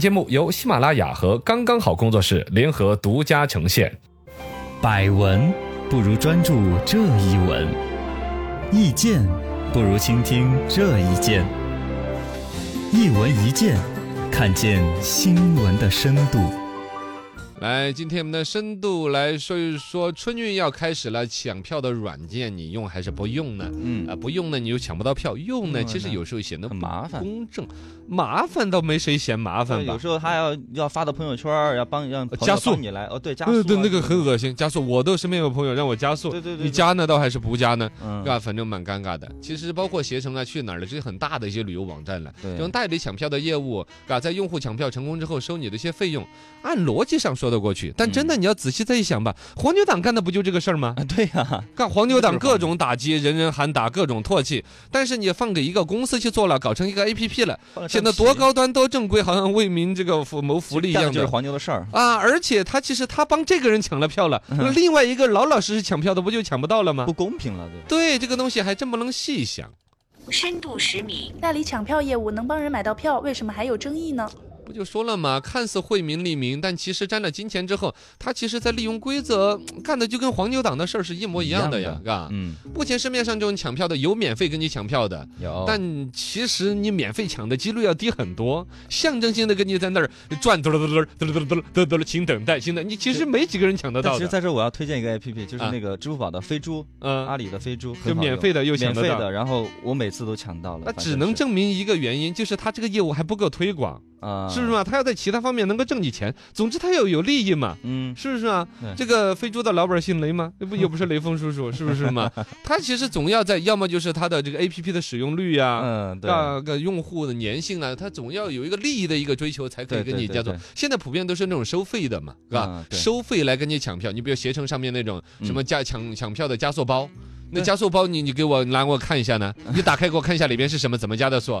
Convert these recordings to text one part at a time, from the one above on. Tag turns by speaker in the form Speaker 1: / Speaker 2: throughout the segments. Speaker 1: 节目由喜马拉雅和刚刚好工作室联合独家呈现。
Speaker 2: 百闻不如专注这一闻，意见不如倾听这一见。一闻一见，看见新闻的深度。
Speaker 3: 来，今天我们的深度来说一说，春运要开始了，抢票的软件你用还是不用呢？
Speaker 2: 嗯
Speaker 3: 啊，不用呢你又抢不到票，用呢
Speaker 2: 用呢
Speaker 3: 其实有时候显得
Speaker 2: 很麻
Speaker 3: 不
Speaker 2: 烦
Speaker 3: 公正，麻烦倒没谁嫌麻烦吧
Speaker 4: 有？时候他要要发到朋友圈儿，要帮让朋友
Speaker 3: 加速
Speaker 4: 帮你来哦，对加速啊、
Speaker 3: 对对，那个很
Speaker 4: 对
Speaker 3: 恶心，加速。我都身边有朋友让我加速，
Speaker 4: 对对对，
Speaker 3: 你加呢倒还是不加呢？
Speaker 4: 嗯
Speaker 3: 对吧？反正蛮尴尬的。其实包括携程啊、去哪儿了这些很大的一些旅游网站了，
Speaker 4: 对
Speaker 3: 这种代理抢票的业务，啊，在用户抢票成功之后收你的一些费用，按逻辑上说得过去。但真的你要仔细再一想吧，黄牛党干的不就这个事儿吗？
Speaker 4: 嗯啊对呀、
Speaker 3: 干黄牛党
Speaker 4: 就是黄
Speaker 3: 各种打击，人人喊打，各种唾弃。但是你放给一个公司去做了，搞成一个 A P P 了，
Speaker 4: 放得
Speaker 3: 显
Speaker 4: 上
Speaker 3: 得多
Speaker 4: 齐
Speaker 3: 高端、多正规，好像为民这个福谋福利一
Speaker 4: 干的
Speaker 3: 样
Speaker 4: 就是
Speaker 3: 的。
Speaker 4: 黄牛的事儿。
Speaker 3: 啊！而且他其实他帮这个人抢了票了，那另外一个老老实实抢票的不就抢不到了吗
Speaker 4: 嗯不？公平了，对。
Speaker 3: 对，这个东西还真不能细想，
Speaker 5: 深度十米，
Speaker 6: 代理抢票业务能帮人买到票，为什么还有争议呢？
Speaker 3: 不就说了嘛，看似惠民利民，但其实沾了金钱之后，他其实在利用规则嗯干的就跟黄牛党的事儿是一模一样的
Speaker 4: 一
Speaker 3: 呀
Speaker 4: 样，
Speaker 3: 是吧？
Speaker 4: 嗯，
Speaker 3: 目前市面上这种抢票的有免费跟你抢票的，
Speaker 4: 有
Speaker 3: 但其实你免费抢的几率要低很多，象征性的跟你在那儿转嘟噜嘟噜嘟噜嘟噜嘟噜嘟噜嘟噜，请等待，请等，你其实没几个人抢得
Speaker 4: 但
Speaker 3: 到
Speaker 4: 其实
Speaker 3: 的，
Speaker 4: 在这儿我要推荐一个 A P P，就是
Speaker 3: 啊
Speaker 4: 那个支付宝的飞猪，阿
Speaker 3: 嗯，
Speaker 4: 里的飞猪，
Speaker 3: 就
Speaker 4: 很啊好用
Speaker 3: 免费的又抢
Speaker 4: 免费
Speaker 3: 得到。
Speaker 4: 的，然后我每次都抢到了，
Speaker 3: 那
Speaker 4: 反
Speaker 3: 只
Speaker 4: 正
Speaker 3: 能
Speaker 4: 是
Speaker 3: 证明一个原因，就是他这个业务还不够推广，
Speaker 4: 啊，
Speaker 3: 是不是？嘛？他要在其他方面能够挣你钱，总之他要有利益嘛，
Speaker 4: 嗯，
Speaker 3: 是不是啊
Speaker 4: 对？
Speaker 3: 这个非洲的老板姓雷吗？那不又不是雷锋叔叔，是不是 嘛？他其实总要在，要么就是他的这个 A P P 的使用率呀、
Speaker 4: 嗯，对，
Speaker 3: 那个用户的粘性啊，他总要有一个利益的一个追求，才可以
Speaker 4: 对
Speaker 3: 跟
Speaker 4: 对
Speaker 3: 你
Speaker 4: 对
Speaker 3: 叫做
Speaker 4: 对。
Speaker 3: 现在普遍都是那种收费的嘛，是吧
Speaker 4: 啊？对
Speaker 3: 收费来跟你抢票，你比如携程上面那种
Speaker 4: 嗯
Speaker 3: 什么加抢抢票的加速包。那
Speaker 4: 对
Speaker 3: 加速包你你给我拿我看一下 呢？你打开给我看一下里边是什么？怎么加的速？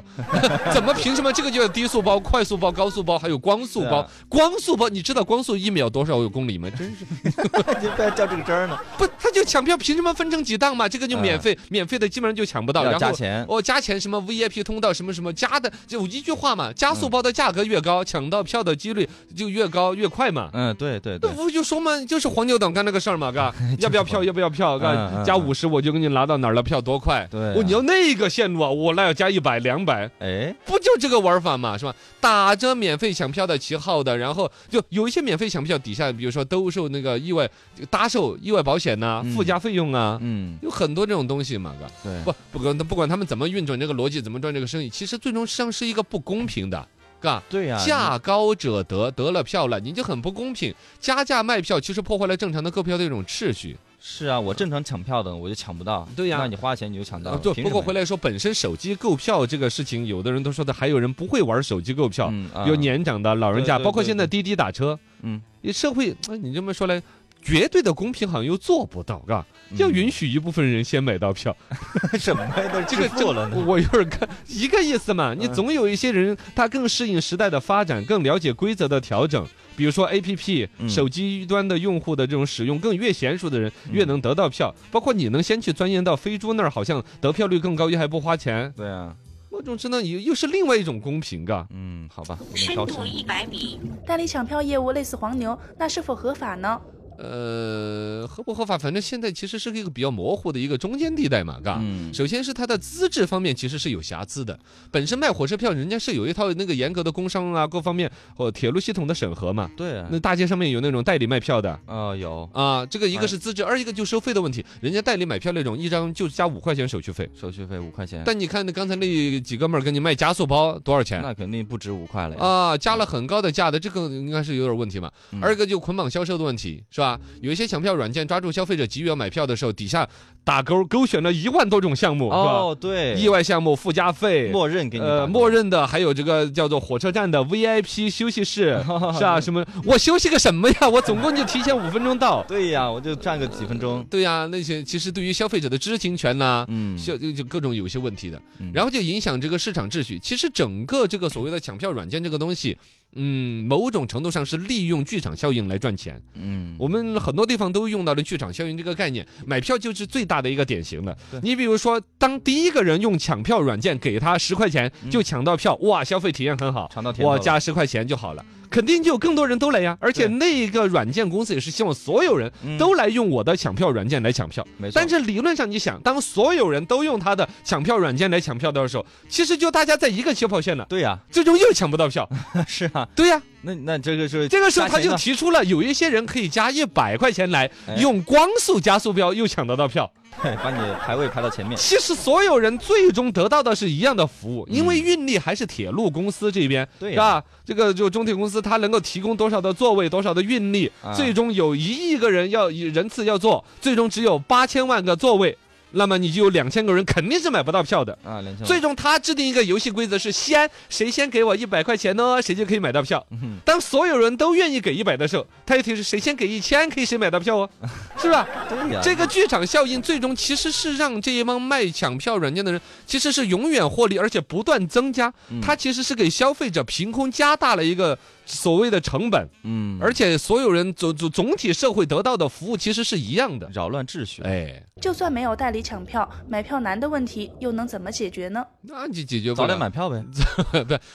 Speaker 3: 怎么凭什么这个就叫低速包、快速包、高速包，还有光速包
Speaker 4: 对啊？
Speaker 3: 光速包你知道光速一秒多少有公里吗？真是
Speaker 4: 你 不要较这个真儿呢，
Speaker 3: 不，他就抢票凭什么分成几档嘛？这个就免
Speaker 4: 嗯
Speaker 3: 费，免费的基本上就抢不到，然
Speaker 4: 要
Speaker 3: 后
Speaker 4: 加钱，
Speaker 3: 哦，加钱什么 VIP 通道什么什么加的，就一句话
Speaker 4: 嗯
Speaker 3: 嘛，加速包的价格越高，抢到票的几率就越高越快嘛。
Speaker 4: 嗯，对对
Speaker 3: 那
Speaker 4: 对，
Speaker 3: 不就说嘛，就是黄牛党干那个事儿嘛， 嘎，要不要票？要不要票？
Speaker 4: 嗯
Speaker 3: 嘎，
Speaker 4: 嗯
Speaker 3: 加
Speaker 4: 嗯
Speaker 3: 五十我就给你拿到哪儿了，票多快？
Speaker 4: 对
Speaker 3: 哦，
Speaker 4: 啊
Speaker 3: 你要那个线路啊，我那要加一百两百，
Speaker 4: 哎，
Speaker 3: 不就这个玩法嘛，是吧？打着免费抢票的旗号的，然后就有一些免费抢票底下，比如说兜售那个意外搭售意外保险呐、
Speaker 4: 嗯
Speaker 3: 附加费用啊，
Speaker 4: 嗯，
Speaker 3: 有很多这种东西嘛，嘎。
Speaker 4: 对，
Speaker 3: 不不管不管他们怎么运转这个逻辑，怎么赚这个生意，其实最终实际上是一个不公平的，嘎。
Speaker 4: 对呀，
Speaker 3: 价高者得，得了票了，你就很不公平。加价卖票其实破坏了正常的购票的一种秩序。
Speaker 4: 是啊，我正常抢票的我就抢不到，
Speaker 3: 对呀
Speaker 4: 那你花钱你就抢到
Speaker 3: 啊
Speaker 4: 了，
Speaker 3: 对，
Speaker 4: 凭
Speaker 3: 不
Speaker 4: 什
Speaker 3: 过
Speaker 4: 么
Speaker 3: 回来说，本身手机购票这个事情，有的人都说的，还有人不会玩手机购票，
Speaker 4: 嗯啊
Speaker 3: 有年长的老人家，
Speaker 4: 对对
Speaker 3: 包括
Speaker 4: 对
Speaker 3: 现在滴滴打车，
Speaker 4: 嗯，
Speaker 3: 社会，哎你这么说来。绝对的公平好像又做不到，嘎，要
Speaker 4: 嗯
Speaker 3: 允许一部分人先买到票，
Speaker 4: 什么呀？都
Speaker 3: 这
Speaker 4: 这
Speaker 3: 个
Speaker 4: 个
Speaker 3: 这
Speaker 4: 做了呢。
Speaker 3: 我有点看一个意思嘛。你
Speaker 4: 嗯
Speaker 3: 总有一些人，他更适应时代的发展，更了解规则的调整。比如说 A P P
Speaker 4: 嗯
Speaker 3: 手机端的用户的这种使用，更越娴熟的人
Speaker 4: 嗯
Speaker 3: 越能得到票。包括你能先去钻研到飞猪那儿，好像得票率更高，又还不花钱，
Speaker 4: 对啊，
Speaker 3: 某种程度又又是另外一种公平，嘎。
Speaker 4: 嗯，好吧，我们
Speaker 5: 深
Speaker 4: 高
Speaker 5: 度
Speaker 4: 深。
Speaker 5: 一百米，
Speaker 6: 代理抢票业务类似黄牛，那是否合法呢？
Speaker 3: 呃，合不合法？反正现在其实是一个比较模糊的一个中间地带嘛，嘎。
Speaker 4: 嗯，
Speaker 3: 首先是它的资质方面其实是有瑕疵的，本身卖火车票人家是有一套那个严格的工商啊各方面或铁路系统的审核嘛。
Speaker 4: 对啊，
Speaker 3: 那大街上面有那种代理卖票的
Speaker 4: 哦有
Speaker 3: 啊，这个一个
Speaker 4: 哎
Speaker 3: 是资质，二一个就收费的问题。人家代理买票那种一张就加五块钱手续费，
Speaker 4: 手续费五块钱，
Speaker 3: 但你看那刚才那几哥们儿给你卖加速包多少钱？
Speaker 4: 那肯定不止五块了呀。
Speaker 3: 啊，加了很高的价的，这个应该是有点问题嘛。
Speaker 4: 嗯
Speaker 3: 二一个就捆绑销售的问题，是吧？有一些抢票软件抓住消费者急于要买票的时候，底下打勾勾选了一万多种项目，是吧？
Speaker 4: 哦对，
Speaker 3: 意外项目、附加费，
Speaker 4: 默认给你
Speaker 3: 呃，
Speaker 4: 打勾
Speaker 3: 默认的还有这个叫做火车站的 VIP 休息 室，是啊，什么？我休息个什么呀？我总共就提前五分钟到。
Speaker 4: 对呀，我就站个几分钟。
Speaker 3: 对呀、那些其实对于消费者的知情权呐、
Speaker 4: 嗯，
Speaker 3: 消就就各种有一些问题的，
Speaker 4: 嗯
Speaker 3: 然后就影响这个市场秩序。其实整个这个所谓的抢票软件这个东西，嗯，某种程度上是利用剧场效应来赚钱。
Speaker 4: 嗯，
Speaker 3: 我们很多地方都用到了剧场效应这个概念，买票就是最大大的一个典型的
Speaker 4: 对。
Speaker 3: 你比如说，当第一个人用抢票软件给他十块钱就抢到票，哇，消费体验很好，
Speaker 4: 尝嗯到甜头
Speaker 3: 我
Speaker 4: 了。
Speaker 3: 加十块钱就好了，肯定就有更多人都来呀。而且
Speaker 4: 对
Speaker 3: 那个软件公司也是希望所有人
Speaker 4: 嗯
Speaker 3: 都来用我的抢票软件来抢票。
Speaker 4: 没错，
Speaker 3: 但是理论上，你想，当所有人都用他的抢票软件来抢票的时候，其实就大家在一个起跑线了，
Speaker 4: 对呀，
Speaker 3: 最终又抢不到票。
Speaker 4: 是啊，
Speaker 3: 对呀、
Speaker 4: 那那这个是
Speaker 3: 这个时候他
Speaker 4: 加钱
Speaker 3: 就
Speaker 4: 呢
Speaker 3: 提出了，有一些人可以加一百块钱来
Speaker 4: 哎嗯
Speaker 3: 用光速加速标，又抢得到票。
Speaker 4: 嘿把你排位排到前面，
Speaker 3: 其实所有人最终得到的是一样的服务，因为运力还是铁路公司这边，
Speaker 4: 嗯对
Speaker 3: 是
Speaker 4: 呀，
Speaker 3: 吧？这个就中铁公司它能够提供多少的座位，多少的运力
Speaker 4: 啊，
Speaker 3: 最终有一亿个人要人次要坐，最终只有八千万个座位，那么你就有两千个人肯定是买不到票的。
Speaker 4: 啊，两千
Speaker 3: 最终他制定一个游戏规则是：先谁先给我一百块钱呢，谁就可以买到票。
Speaker 4: 嗯
Speaker 3: 当所有人都愿意给一百的时候，他又提示谁先给一千，可以谁买到票 哦，是吧？
Speaker 4: 对呀，
Speaker 3: 这个剧场效应最终其实是让这一帮卖抢票软件的人其实是永远获利，而且不断增加。
Speaker 4: 嗯
Speaker 3: 它其实是给消费者凭空加大了一个所谓的成本，
Speaker 4: 嗯，
Speaker 3: 而且所有人总总总体社会得到的服务其实是一样的。
Speaker 4: 扰乱秩序，
Speaker 3: 哎，
Speaker 6: 就算没有代理抢票，买票难的问题又能怎么解决呢？
Speaker 3: 那就解决不
Speaker 4: 早
Speaker 3: 了。
Speaker 4: 点买票呗，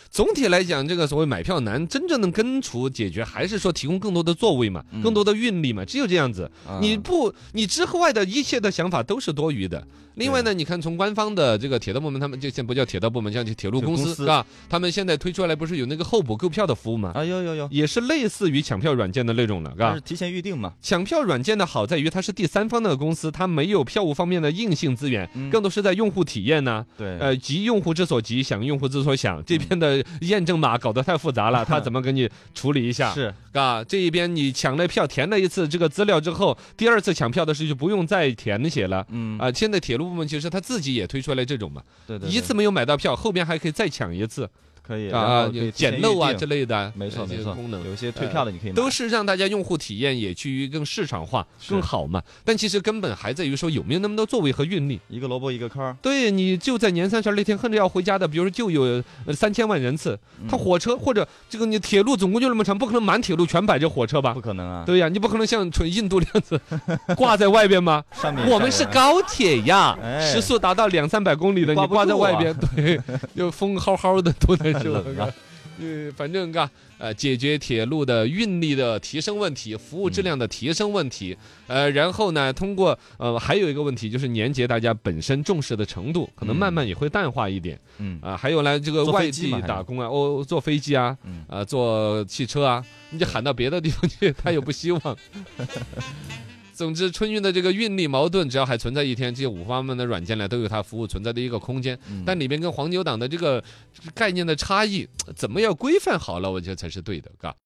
Speaker 3: 总体来讲，这个所谓买票难，真正的根除解决还是说提供更多的座位嘛，
Speaker 4: 嗯
Speaker 3: 更多的运力嘛，只有这样子。
Speaker 4: 啊
Speaker 3: 你不，你之后外的一切的想法都是多余的。另外呢，你看从官方的这个铁道部门，他们就现不叫铁道部门，叫铁路公
Speaker 4: 铁路
Speaker 3: 司
Speaker 4: 公司
Speaker 3: 是吧？他们现在推出来不是有那个候补购票的服务吗？
Speaker 4: 啊，有有有，
Speaker 3: 也是类似于抢票软件的那种了，是
Speaker 4: 它
Speaker 3: 吧
Speaker 4: 是？提前预定嘛，
Speaker 3: 抢票软件的好在于它是第三方的公司，它没有票务方面的硬性资源，
Speaker 4: 嗯
Speaker 3: 更多是在用户体验呢、
Speaker 4: 对，嗯
Speaker 3: 呃，急用户之所急，想用户之所想。这边的验证码搞得太复杂 了，他怎么给你处理一下？
Speaker 4: 是
Speaker 3: 啊，这一边你抢了票，填了一次这个资料之后，第二次抢票的时候就不用再填写了。
Speaker 4: 嗯
Speaker 3: 啊，现在铁路部门其实他自己也推出来这种嘛，
Speaker 4: 对对，
Speaker 3: 一
Speaker 4: 对
Speaker 3: 次没有买到票，后边还可以再抢一次
Speaker 4: 可以
Speaker 3: 啊，
Speaker 4: 对
Speaker 3: 捡漏啊之
Speaker 4: 这
Speaker 3: 类的，
Speaker 4: 没错
Speaker 3: 呃这
Speaker 4: 没
Speaker 3: 个
Speaker 4: 错，
Speaker 3: 功能
Speaker 4: 有一些退票的你可以买
Speaker 3: 都是让大家用户体验也趋于更市场化、
Speaker 4: 是
Speaker 3: 更好嘛。但其实根本还在于说有没有那么多座位和运力。
Speaker 4: 一个萝卜一个坑儿，
Speaker 3: 对你就在年三十儿那天恨着要回家的，比如说就有呃三千万人次，他
Speaker 4: 嗯
Speaker 3: 火车或者这个你铁路总共就那么长，不可能满铁路全摆着火车吧
Speaker 4: 不？可能啊，
Speaker 3: 对呀、你不可能像 纯印度那样子挂在外边吗？
Speaker 4: 上面啊
Speaker 3: 我们是
Speaker 4: 上面
Speaker 3: 高铁呀，
Speaker 4: 哎
Speaker 3: 时速达到两三百公里的，
Speaker 4: 挂
Speaker 3: 你
Speaker 4: 不
Speaker 3: 挂在
Speaker 4: 住
Speaker 3: 外
Speaker 4: 啊
Speaker 3: 边，对，就风齁齁的多难受
Speaker 4: 冷啊。
Speaker 3: 呃，反正嘎，呃，解决铁路的运力的提升问题，服务质量的提升问题，呃，然后呢，通过呃，还有一个问题就是年节大家本身重视的程度，可能慢慢也会淡化一点
Speaker 4: 嗯
Speaker 3: 啊、还有呢，这个
Speaker 4: 坐
Speaker 3: 外
Speaker 4: 飞
Speaker 3: 地
Speaker 4: 机嘛还
Speaker 3: 打
Speaker 4: 有
Speaker 3: 工啊，哦，坐飞机啊，
Speaker 4: 嗯
Speaker 3: 啊、坐汽车啊，你就喊到别的地方去，他也不希望。 总之，春运的这个运力矛盾，只要还存在一天，这些五花八门的软件呢，都有它服务存在的一个空间。
Speaker 4: 嗯
Speaker 3: 但里边跟黄牛党的这个概念的差异，怎么要规范好了，我觉得才是对的，嘎。